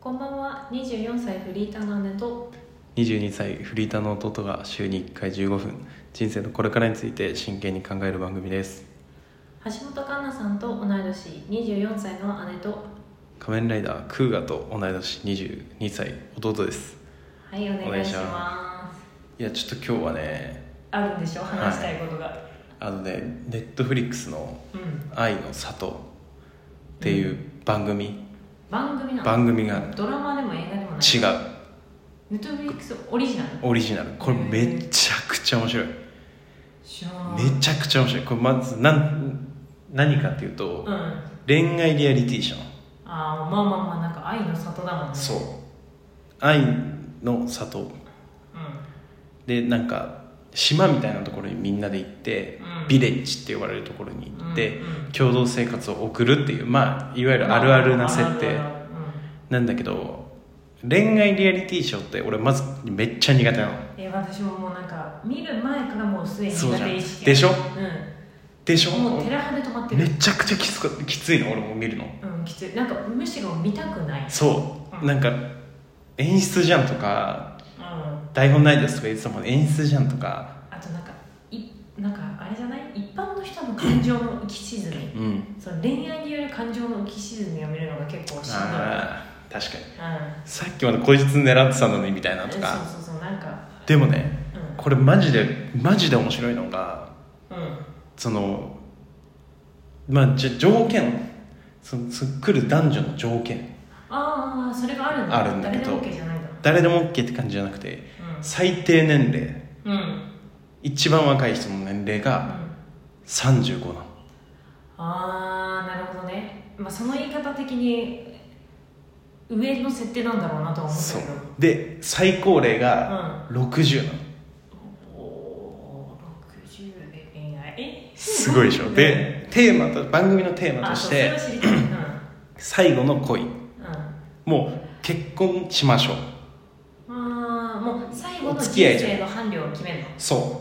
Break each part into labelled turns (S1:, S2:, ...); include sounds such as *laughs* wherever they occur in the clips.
S1: こんばんは24歳フリーターの姉と
S2: 22歳フリーターの弟が週に1回15分人生のこれからについて真剣に考える番組です
S1: 橋本環奈さんと同い年24歳の姉と
S2: 仮面ライダークーガと同い年22歳弟です
S1: はいお
S2: お
S1: 願
S2: 願
S1: い
S2: い
S1: し
S2: し
S1: ま
S2: ますいやちょっと今日はね
S1: あるんでしょ
S2: い
S1: 話したいことが、
S2: あのねネットフリックスの
S1: うん
S2: 「愛の里」っていう番組、
S1: 番組なの
S2: 番組が違う
S1: ドラマでも映画でもないネットフリックスオリジナル
S2: オリジナルこれめちゃくちゃ面白い
S1: 知らない
S2: めちゃくちゃ面白いこれまずなん何かっていうと、
S1: うんあ
S2: 恋愛リアリティション
S1: ーまあまあまあなんか愛の里だもんね
S2: そう愛の里
S1: う
S2: でなんか島みたいなところにみんなで行って、
S1: うん
S2: ビレッジって呼ばれるところに行って、
S1: うんうん
S2: 共同生活を送るっていうまあいわゆるあるあるな設定
S1: あるあるうん
S2: なんだけど恋愛リアリティショーって俺まずめっちゃ苦手なの
S1: え私ももうなんか見る前からもうすでに
S2: そう
S1: 苦
S2: じゃ
S1: 手
S2: ん
S1: 意識
S2: でしょ
S1: う
S2: でしょ
S1: んもう寺派で止まって
S2: め
S1: る
S2: ちゃくちゃきつかきついの俺も見るの
S1: うんきついなんかむしろ見たくない
S2: そう、
S1: うん
S2: なんか演出じゃんとか
S1: うんあ
S2: 台本ないですとか言ってたもん演出じゃんとか
S1: となんかいなんかあれじゃない一般の人の感情の浮き沈み
S2: うん
S1: その恋愛による感情の浮き沈みを見るのが結構しんどい
S2: あー確かに
S1: うん
S2: さっきまでこいつ狙ってたのにみたいなと
S1: そう
S2: か
S1: そうそうなんか
S2: でもね
S1: うん
S2: これマジでマジで面白いのが
S1: うん
S2: そのまあじゃ条件そそ来る男女の条件
S1: ああそれがあるんだ
S2: あるんだけど
S1: 誰でも OK じゃないんだ
S2: 誰でも OK って感じじゃなくて最低年齢
S1: うんうん
S2: 一番若い人の年齢
S1: う
S2: が
S1: ん
S2: 35なの
S1: ああなるほどね、まあ、その言い方的に上の設定なんだろうなとは思った
S2: そう
S1: けど
S2: で最高齢が60なの
S1: うんおー60で恋愛え
S2: すごいでしょでテーマと番組のテーマ
S1: あ
S2: と
S1: そ
S2: し
S1: うそれ
S2: て
S1: は知りたいうんうん
S2: 最後の恋もう結婚しましょう
S1: ああもう最後の
S2: お
S1: 人
S2: 付き合いじゃん
S1: 生の伴侶を決めるの
S2: そ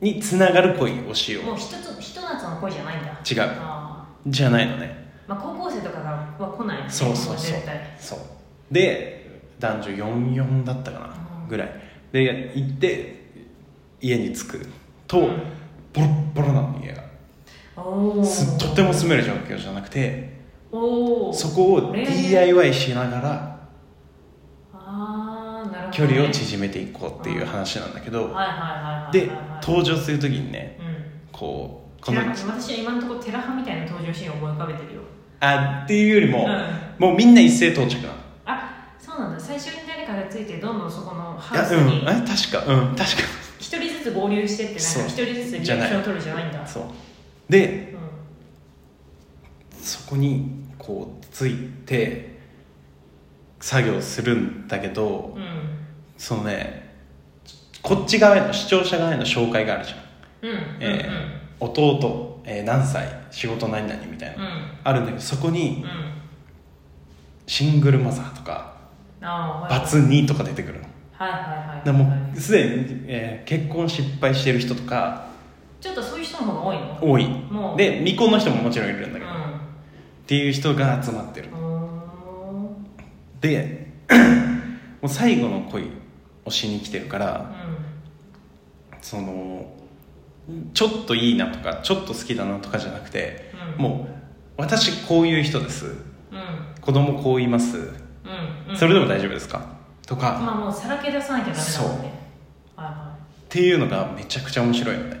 S2: うにつながる恋をしよう
S1: もう一つひと夏の恋じゃないんだ
S2: 違う
S1: あ
S2: じゃないのね
S1: ー、まあ、高校生とかがは来ないよね
S2: そうそうそう
S1: も絶対
S2: そうで男女44だったか
S1: う
S2: なんぐらいで行って家に着くと、
S1: うん
S2: ボロッボロなの家が
S1: おお
S2: すとても住める状況じゃなくて
S1: おお
S2: そこを
S1: えー
S2: DIY しながら
S1: ああなるほど
S2: 距
S1: ね、
S2: 離を縮めていこうっていう話なんだけど
S1: はいはいはいはいは
S2: で
S1: いはい
S2: 登場する時にね
S1: うん
S2: こうこ
S1: 寺
S2: の
S1: 私は今のところテラ派みたいな登場シーンを思い浮かべてるよ、
S2: あっていうより
S1: う
S2: も、
S1: ん、
S2: もうみんな一斉到着なの
S1: あそうなんだ最初に誰かがついてどんどんそこの
S2: い
S1: ハウ
S2: や
S1: ス
S2: うん
S1: に
S2: え確かうん確か
S1: 一人ずつ合流してってなん
S2: そう
S1: か一人ずつリアクションを取るじゃないんだ
S2: そうで
S1: うん
S2: そこにこうついて作業するんだけど
S1: うん
S2: そのねこっち側への視聴者側への紹介があるじゃん、
S1: うんうん
S2: えー弟、えー何歳仕事何々みたいな、
S1: うん
S2: あるんだけどそこに
S1: うんうん
S2: シングルマザーとか
S1: ああ
S2: バツ2とか出てくるの
S1: はいはいはいはい
S2: でもうすでに、えー結婚失敗してる人とか
S1: ちょっとそういう人の方が多いの
S2: 多い
S1: もう
S2: で未婚の人ももちろんいるん
S1: う
S2: だ
S1: ん
S2: けど、っていう人が集まってる
S1: う
S2: で *clears throat* もう最後の恋をしに来てるから
S1: ーん
S2: そのちょっといいなとかちょっと好きだなとかじゃなくて
S1: うん
S2: もう私こういう人です
S1: うん
S2: 子供こう言います
S1: うんうん
S2: それでも大丈夫ですかとか
S1: まあもうさらけ出さなきゃダメだもんねはいはい
S2: っていうのがめちゃくちゃ面白いのね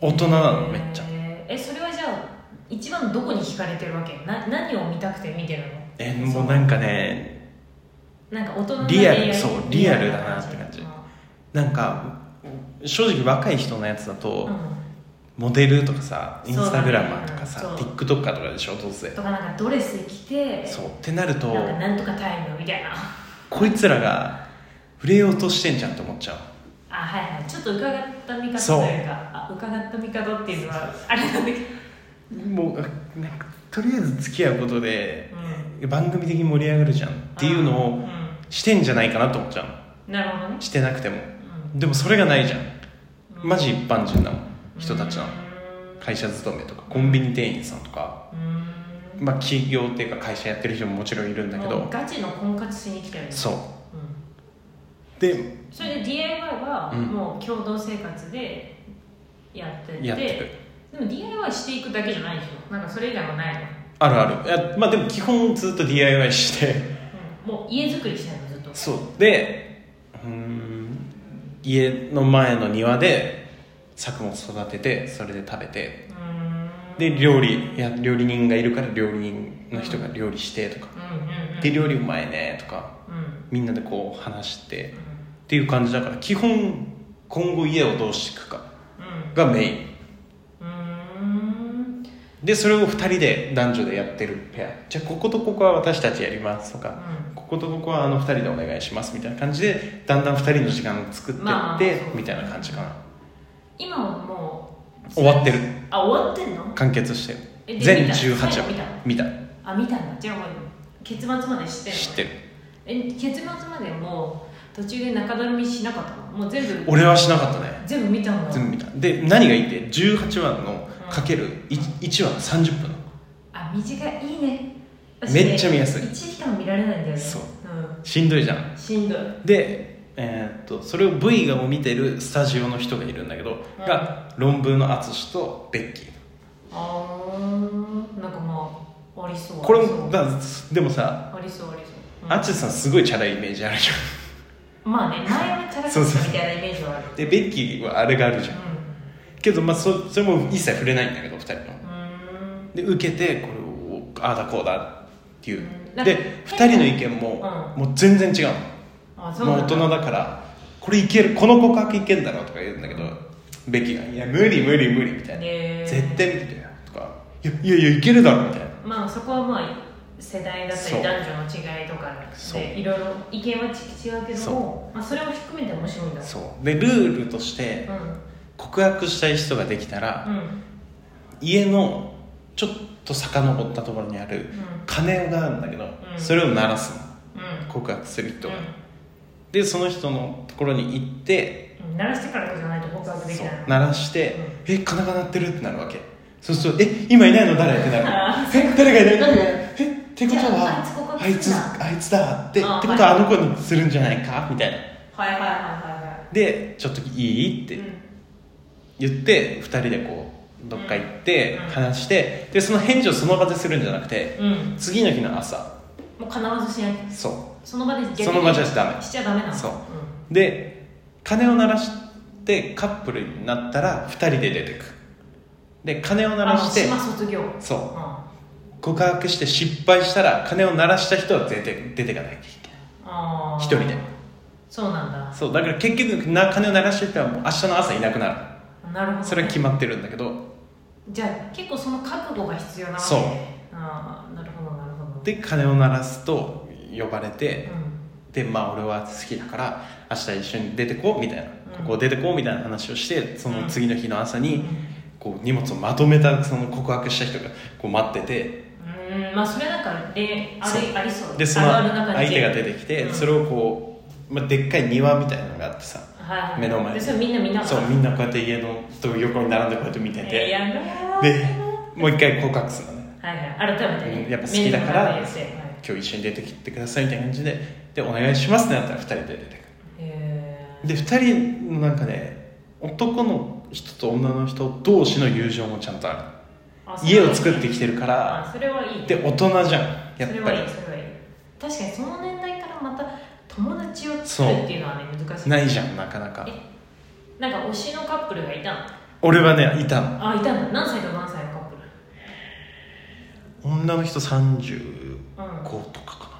S2: 大人なのめっちゃ
S1: えーえそれはじゃあ一番どこに惹かれてるわけな何を見たくて見てるの
S2: えもうなんかね
S1: なんか大人の
S2: リアル
S1: 恋愛
S2: そう
S1: みたい
S2: リアルだなって感じ
S1: うん
S2: なんか正直若い人のやつだと
S1: う
S2: モデルとかさインスタグラマーと
S1: そう
S2: かさ
S1: だねそう
S2: TikToker とかでしょ突然
S1: んとかなんかドレス着て
S2: そうってなると
S1: なんかなんとかタイムみたいなあ
S2: こいつらが触れようとしてんじゃんって思っちゃう
S1: はいはいちょっと伺った見
S2: そ
S1: 方
S2: う
S1: というかあ伺った見方っていうのはあれなんだけど、
S2: *laughs* もうなんかとりあえず付き合うことで
S1: うん、
S2: 番組的に盛り上がるじゃんっていうの
S1: う
S2: を
S1: ん
S2: してんじゃないかなと思っちゃうの
S1: なるほどね、
S2: してなくても
S1: う
S2: でもそれがないじゃん
S1: ん、
S2: マジ一般人なの人たちなの
S1: う
S2: 会社勤めとかコンビニ店員さんとか
S1: ーん
S2: まあ、企業っていうか会社やってる人ももちろんいるんだけ
S1: もう
S2: ど
S1: ガチの婚活しに来てる、、
S2: そううんで
S1: それで DIY は
S2: うん
S1: もう共同生活でやってて
S2: やってく
S1: でも DIY していくだけじゃないでしょなんかそれ以外もないの、
S2: あるあるいやまあでも基本ずっと DIY して
S1: うん、もう家作りしてるのずっと
S2: そうでうーん家の前の庭で作物育ててそれで食べて
S1: うーん
S2: で料理いや料理人がいるから料理人の人が料理してとか
S1: うんうんうん
S2: で料理うまいねとか
S1: うんうん
S2: みんなでこう話してっていう感じだから基本今後家をどうしていくかがメイン
S1: うんうーん
S2: でそれを2人で男女でやってるペアじゃあこことここは私たちやりますとかこことここはあの2人でお願いしますみたいな感じでだんだん2人の時間を作って
S1: まあ
S2: ってみたいな感じかな
S1: 今はもう
S2: 終わってる
S1: あ終わってんの
S2: 完結して
S1: え
S2: る
S1: で
S2: 全
S1: 見た
S2: 18話
S1: 最後見た
S2: 見た
S1: あ見たんだじゃあもう結末まで知ってるの
S2: 知ってる
S1: え結末までもう途中で中だるみしなかったのもう全部
S2: 俺はしなかったね
S1: 全部見たんだ
S2: 全部見たで何がいいって18話のかける
S1: うん
S2: 1話の30分なの
S1: あ短いいいね私ね
S2: めっちゃ見やすい
S1: 1時間見られないんだよね
S2: そう、
S1: う
S2: しんどいじゃん
S1: ん、しんどい
S2: でえーっとそれを V が見てるスタジオの人がいるんだけど、
S1: うん
S2: が論文の淳とベッキー
S1: あーなんかまあありそう
S2: これ
S1: ありそ
S2: も
S1: う
S2: だでもさ
S1: ありそうありそう、うん
S2: 淳さんすごいチャラいイメージあるじ
S1: まあね前はチャラ
S2: そう
S1: か
S2: そ
S1: っ
S2: う
S1: たみたいなイメージはある
S2: ゃんでベッキーはあれがあるじゃんけどまあそそれも一切触れないんだけど2人の
S1: うんうん
S2: で受けてこれをああだこうだっていう
S1: うんなんか
S2: で2人の意見も、もう全然違う
S1: あそ
S2: の
S1: うな
S2: もう大
S1: んだ
S2: 人だからこれいけるこの告白いけんだろうとか言うんだけどベッキーが「いや無理無理無理」みたいな
S1: ね
S2: 絶対見てたよとかいやいやいやいけるだろみたいな
S1: まあそこはまあ世代だった
S2: そう
S1: り男女の違いとか
S2: そう
S1: でいろいろ意見はち違うけど
S2: そ
S1: もまあ、それを含めて面白いんだ
S2: そうでルールとして
S1: うん
S2: 告白したい人ができたら
S1: うん
S2: 家のちょっと遡ったところにある鐘があるんだけど
S1: うん
S2: それを鳴らすの
S1: うん
S2: 告白する人が
S1: うん
S2: でその人のところに行って
S1: うん鳴らしてからじゃないと告白でき
S2: そう
S1: ないの
S2: 鳴らして「え鐘が鳴ってる?」ってなるわけそうすると「え今いないの誰?」ってなる
S1: あ
S2: え誰がいない
S1: 誰がいない
S2: えってこと
S1: じゃああいつ告
S2: は
S1: 白
S2: あいつ
S1: するん
S2: あいつだってって
S1: あー
S2: ことはあの子にするんじゃないかみたいな
S1: はいはいはいはいは
S2: でちょっといいっ
S1: い
S2: て
S1: うん
S2: 言って2人でこうどっか行って
S1: うん
S2: 話してでその返事をその場でするんじゃなくて
S1: うん、
S2: 次の日の朝
S1: もう必ずしない
S2: そ
S1: その場で逆に
S2: その場じゃダメ
S1: しちゃダメなの
S2: そうんうで鐘を鳴らしてカップルになったら2人で出てくで鐘を鳴らして
S1: あの島卒業、うん、
S2: そう告白して失敗したら鐘を鳴らした人は出て出てかなきゃいけない
S1: あー
S2: 一人で
S1: そうなんだ
S2: そうだから結局な鐘を鳴らしてたらもう明日の朝いなくな
S1: なるほど、ね、
S2: るそれは決まってるんだけど
S1: じゃあ結構その覚悟が必要なわけ
S2: そう
S1: ああなるほどなるほど
S2: で鐘を鳴らすと呼ばれて
S1: うん
S2: でまあ俺は好きだから明日一緒に出てこうみたいな、
S1: ん
S2: ここを出てこうみたいな話をしてその次の日の朝
S1: う
S2: に
S1: ん
S2: こう荷物をまとめたその告白した人がこう待ってて
S1: うんまあそれなんか例あ
S2: そ
S1: りありそう
S2: でその
S1: あるある中に
S2: 相手が出てきて
S1: うん
S2: それをこう、まあ、でっかい庭みたいなのがあってさ
S1: はいはいはい
S2: 目の前
S1: でそれみんな見ながら
S2: そうみんなこうやって家のと横に並んでこうやって見て
S1: えー
S2: て
S1: やだー
S2: でもう一回告白するのね
S1: はいはい改めてね、
S2: うんやっぱ好きだから
S1: 目の前でしてはい
S2: 今日一緒に出てきてくださいみたいな感じででお願いしますってなったら2人で出てくる
S1: へー
S2: で2人のなんかね男の人と女の人同士の友情もちゃんとあ
S1: あ
S2: る家を作ってきてるから
S1: あそれはいい
S2: で大人じゃんやっ
S1: それ
S2: ぱ
S1: はいい
S2: り
S1: それはいい確かにその年代からまた友達を作るっていうのはね難しい
S2: ないじゃんなかなか
S1: えなんか推しのカップルがいたの
S2: 俺はねいたの
S1: あいたの何歳と何歳のカップル
S2: 女の人35
S1: うん
S2: とかかな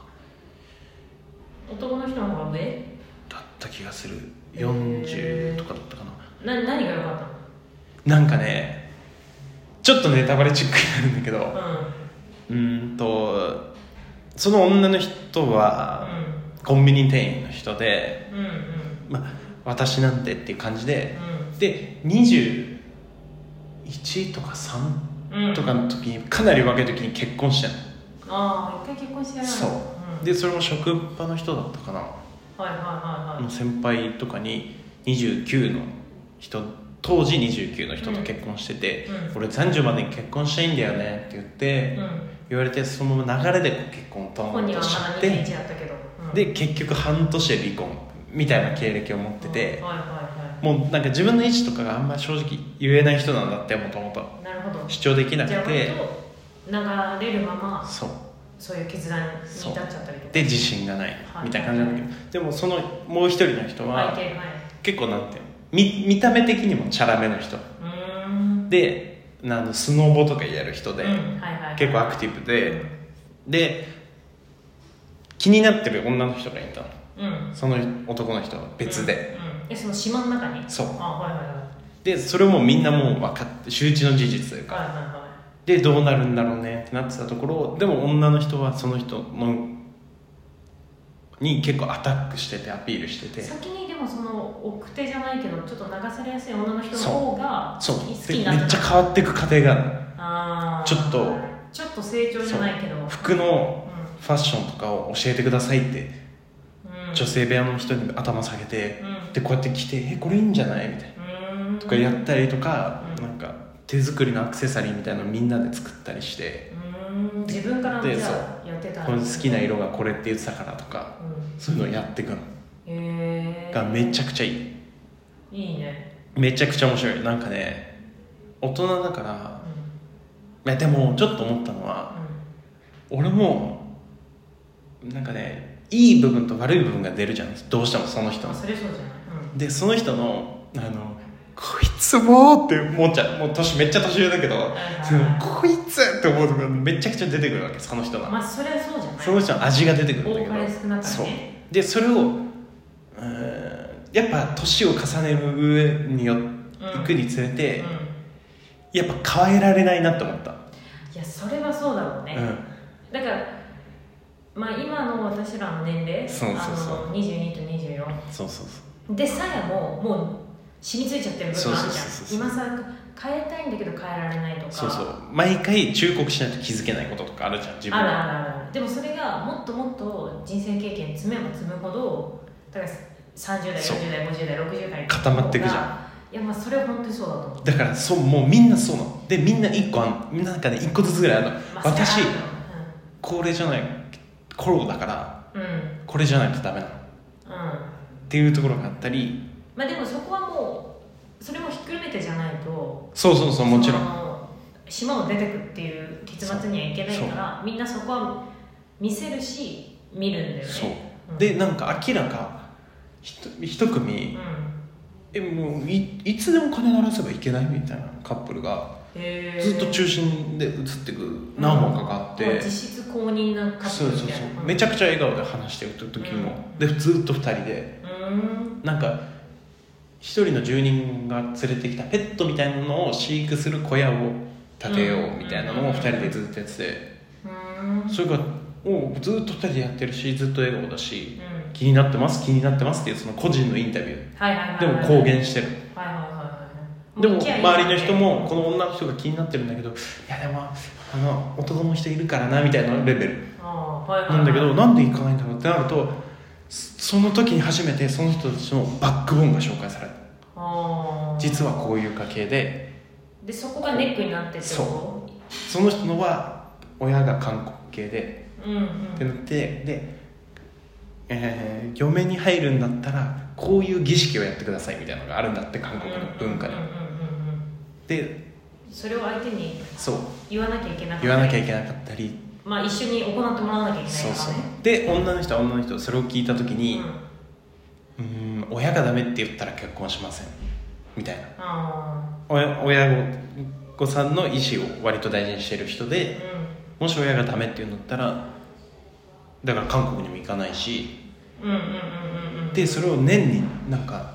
S1: 男の人の方が上
S2: だった気がする
S1: へー
S2: 40とかだったかな
S1: な何が良かっ
S2: なんかねちょっとネタバレチックになるんだけ
S1: た
S2: ど
S1: のうん
S2: うーんとその女の人は
S1: う
S2: コンビニ店員の人で
S1: んうんうん
S2: まあ、私なんてっていう感じで
S1: う
S2: で21とか3
S1: んうん
S2: とかの時にかなり若い時に結婚してん
S1: ああ一回結婚してやらない
S2: そうんでそれも職場の人だったかな
S1: はいはいはいは
S2: の
S1: い
S2: 先輩とかに29の人当時29の人と結婚してて、
S1: うん
S2: 俺30までに結婚したいんだよねって言って、
S1: うん
S2: 言われてそのまま流れでこう結婚
S1: 本
S2: と
S1: 人は
S2: しちゃ
S1: ま
S2: っ
S1: だ
S2: て、
S1: 2.1だったけど、うん
S2: で結局半年で離婚みたいな経歴を持って
S1: は
S2: て、
S1: いは
S2: もうなんか自分の意思とかがあんま正直言えない人なんだってもともと
S1: いはいなるほど
S2: 主張できな
S1: じゃ
S2: くて
S1: あ割と流れるまま
S2: そう
S1: そういう決断に至っちゃったりとか
S2: で自信がない
S1: はい
S2: みたいな感じなんだけど、でもそのもう一人の人
S1: 相
S2: は
S1: 手はいう
S2: 結構なんて見見た目的にもチャラめの人
S1: ーん
S2: であのスノボとかやる人で、
S1: うんはいはい
S2: 結構アクティブでで気になってる女の人がいたの
S1: うん
S2: その男の人は別で、
S1: うんうんえその島の中に
S2: そう
S1: あはいはいはい
S2: でそれもみんなもう分かって周知の事実というか
S1: はいはいはい
S2: でどうなるんだろうねってなってたところでも女の人はその人のに結構アタックしててアピールしてて
S1: 先にでもその奥手じゃないけどちょっと流されやすい女の人の方が
S2: そう
S1: 好き好き
S2: でめ
S1: に
S2: っ
S1: なっちゃっ
S2: ちゃ
S1: た
S2: 変わっていく過程があるの
S1: あー
S2: ちょっと
S1: ちょっと成長じゃないけど
S2: 服
S1: う
S2: の
S1: ん
S2: ファッションとかを教えてくださいって
S1: うん
S2: 女性部屋の人に頭下げて
S1: うん
S2: でこうやって着て「えこれいいんじゃない?」みたいな
S1: うん
S2: とかやったりとか
S1: うん
S2: なんか手作りのアクセサリーみたいなのみんなで作ったりして
S1: うん自分から
S2: で
S1: じゃあやってた
S2: これ好きな色がこれって言ってたからとか
S1: うん
S2: そういうのをやっていくの
S1: へえ
S2: がめち
S1: ゃ
S2: ゃくちゃいい
S1: いいね
S2: めちゃくちゃ面白いなんかね大人だか
S1: う
S2: ら
S1: ん
S2: いやでもちょっと思ったのは
S1: う
S2: 俺もなんかねいい部分と悪い部分が出るじゃんどうしてもその人
S1: んあ
S2: の
S1: それそうじゃない
S2: でその人のあのこいつもうって思っちゃうもう年めっちゃ年上だけど
S1: うん
S2: そのこいつって思うところがめちゃくちゃ出てくるわけその人が
S1: まあそれはそうじゃない
S2: その人の味が出てくるんだ
S1: 多
S2: けど
S1: かれ少なか
S2: そ
S1: れ
S2: う
S1: ね
S2: でそれをうーんやっぱ年を重ねる上によ
S1: うん
S2: いくにつれて、
S1: うん
S2: やっぱ変えられないなって思った、
S1: いやそれはそうだろうね
S2: うん
S1: だからまあ今の私らの年齢
S2: そうそうそう
S1: あの22と24
S2: そうそうそう
S1: でさえももう染みついちゃってる部分あるじゃん
S2: そうそうそうそう
S1: 今さ変えたいんだけど変えられないとか
S2: そうそう毎回忠告しないと気づけないこととかあるじゃん自分
S1: あるあるあるあるでもそれがもっともっと人生経験積めば積むほどだから30代
S2: そう
S1: 40代50代60代
S2: 固まってくじゃん
S1: んいやまあそれは本当にそうだと思う、
S2: だからそうもうみんなそうなのでみんな1個あんみんななんかね1個ずつぐらいあるの
S1: まあ、
S2: 私
S1: それは
S2: これじゃない頃だから
S1: あるようん
S2: これじゃないとダメなのっ
S1: うん、うん
S2: ていうところがあったり
S1: まあでもそこはもうそれもひっくるめてじゃないと
S2: そうそうそうもちろん
S1: その島を出てくっていう結末にはいけないからみんなそこは見せるし見るんだよね
S2: そう
S1: うん
S2: でなんか明らかひと一組
S1: うん
S2: えもういいつでも金鳴らせばいけないみたいなカップルが
S1: へー
S2: ずっと中心で映ってく何本かがあって、
S1: まあ実質公認なカッ
S2: そう
S1: プル
S2: そう
S1: み
S2: そ
S1: たいな
S2: うめちゃくちゃ笑顔で話してる時も、
S1: う
S2: でずっと2人で
S1: うーん
S2: なんか一人の住人が連れてきたペットみたいなのを飼育する小屋を建てようみたいなのを2人でずっとやってて
S1: うーん
S2: それがもうずっと2人でやってるしずっと笑顔だし
S1: うん
S2: 気になってます気になってますっていうその個人のインタビュ
S1: はいはいはいは
S2: ー
S1: い
S2: でも公言してる
S1: はいはいはいはい
S2: でも
S1: う行きゃいい
S2: 周りの人もこの女の人が気になってるんだけどいやでもあの男の人いるからなみたいなレベル
S1: あーはいはいはい
S2: なんだけどなんで行かないんだろうってなるとそその時に初めてその人たちのバックボーンが紹介された
S1: あー
S2: 実はこういう家系で
S1: でそこがネックになってってこと
S2: その人のは親が韓国系で
S1: うんうん
S2: ってなってで、えー嫁に入るんだったらこういう儀式をやってくださいみたいなのがあるんだって韓国の文化
S1: う
S2: で
S1: んうんうんうん
S2: で
S1: うんそれを相手に
S2: そう
S1: 言わなきゃいけなかった
S2: 言わなきゃいけなかったり
S1: まあ一緒に行ってもらわなきゃいけないか
S2: そう
S1: らね
S2: そうで女の人は女の人それを聞いた時に
S1: うん
S2: うーん親がダメって言ったら結婚しませんみたいな
S1: あ
S2: 親親御さんの意思を割と大事にしてる人
S1: ー
S2: で
S1: う
S2: もし親がダメって言うんだったらだから韓国にも行かないし
S1: んうんうんうんうんうん
S2: でそれを年になんか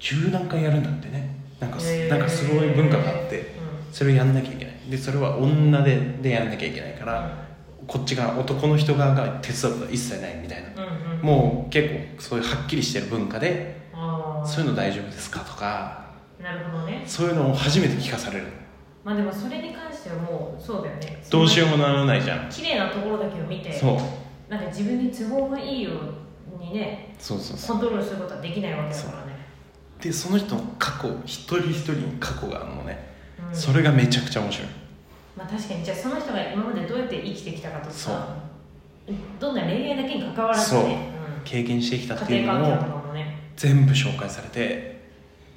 S2: 十何回やるんだってねなんかす
S1: へー
S2: なんかすごい文化があってそれをやんなきゃいけないでそれは女ででやんなきゃいけないからこっちが男の人側が手伝うことは一切ないみたいな
S1: うんうんうん
S2: もう結構そういうはっきりしてる文化で
S1: あ
S2: そういうの大丈夫ですかとか
S1: あなるほどね
S2: そういうのを初めて聞かされる
S1: まあでもそれに関してはもうそうだよね
S2: どうしようもならないじゃん
S1: 綺麗なところだけを見て
S2: そう
S1: なんか自分に都合がいいようにね
S2: そうそう
S1: コ
S2: そう
S1: ントロールすることはできないわけだからね
S2: でその人の過去一人一人に過去があるのね、
S1: うん
S2: それがめちゃくちゃ面白い
S1: まあ確かにじゃあその人が今までどうやって生きてきたかと
S2: そう
S1: かどんな恋愛だけに関わらず
S2: そう
S1: ね、
S2: 経験してきた
S1: うん
S2: って
S1: 家
S2: いう
S1: 庭環境
S2: の
S1: と
S2: を
S1: かもね
S2: 全部紹介されて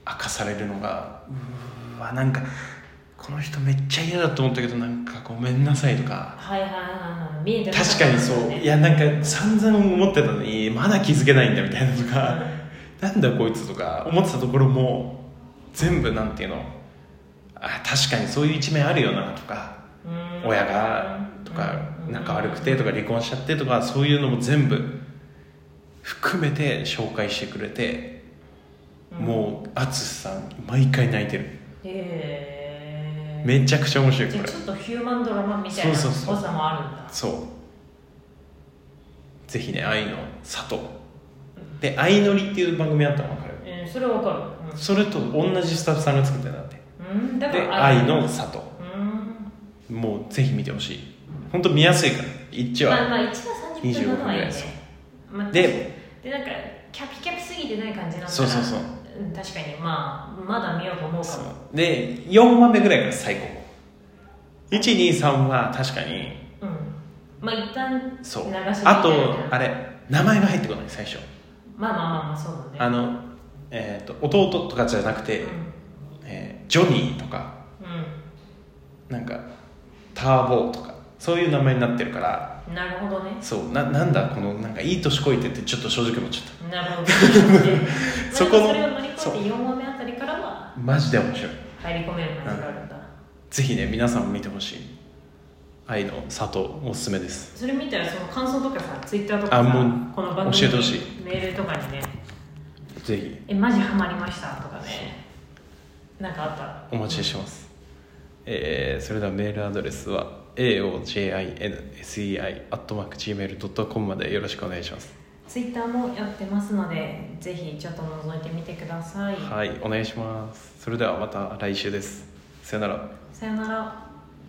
S2: 明かされるのがうーわなんかこの人めっちゃ嫌だと思ったけどなんかごめんなさいとか
S1: はいはいはいはい見えてなった
S2: 確かにそういやなんか散々思ってたのにまだ気づけないんだみたいなと
S1: うん
S2: かなんだこいつとか思ってたところも全部なんていうのあ確かにそういう一面あるよなとか
S1: うん
S2: 親がとか
S1: うん
S2: 仲悪くてとか離婚しちゃってとかそういうのも全部含めて紹介してくれて
S1: うん
S2: もう淳さん毎回泣いてる
S1: へえ
S2: めちゃくちゃ面白い
S1: じゃ
S2: こ
S1: あ
S2: れ
S1: ちょっとヒューマンドラマみたいな
S2: そうそうそう
S1: 誤差もあるんだ
S2: そうぜひね「愛の里」で「愛のり」っていう番組あったの分かる
S1: うんそれはわか
S2: それと同じスタッフさんが作ってたんだって
S1: るうん、うん、だか
S2: で「
S1: ら愛
S2: 愛の里
S1: うん」
S2: もうぜひ見てほしい本当見やすいから1
S1: まあ
S2: 話
S1: まあ1話30分なのはいいね
S2: 25
S1: まあ
S2: で
S1: でなんかキャピキャピすぎてない感じなんだ
S2: そうそうそう
S1: うん確かにまあまだ見ようと思うか
S2: そ
S1: も
S2: うで4話目ぐらいから最高123は確かに
S1: うんまあ一旦
S2: そう
S1: 流しで
S2: あとあれ名前が入ってこない最初
S1: まあまあまあまあそうだね
S2: あの、えー、と弟とかじゃなくて、えージョニーとか
S1: うん、
S2: なんかターボーとかそういう名前になってるから
S1: うん、なるほどね
S2: そうななんだこのなんかいい年こいてってちょっと正直思っちゃっ
S1: な *laughs* るほど
S2: そこの
S1: まあでもそれを乗り越
S2: そう
S1: えて4話目あたりからは
S2: たマジで面白い
S1: 入り込める感じがあるんだ、
S2: ぜひね皆さんも見てほしい愛の里おすすめです
S1: それ見たらその感想とかさツイッターとか
S2: あ
S1: さ
S2: もう
S1: この番組
S2: 教えてほしい
S1: メールとかにね
S2: ぜひ
S1: 「えマジハマりました」とかねなんかあったら
S2: お待ちしてます、えーそれではメールアドレスは aojinsei.gmail.com までよろしくお願いします
S1: ツイッターもやってますのでぜひちょっと覗いてみてください、
S2: はいお願いしますそれではまた来週ですさよなら
S1: さよなら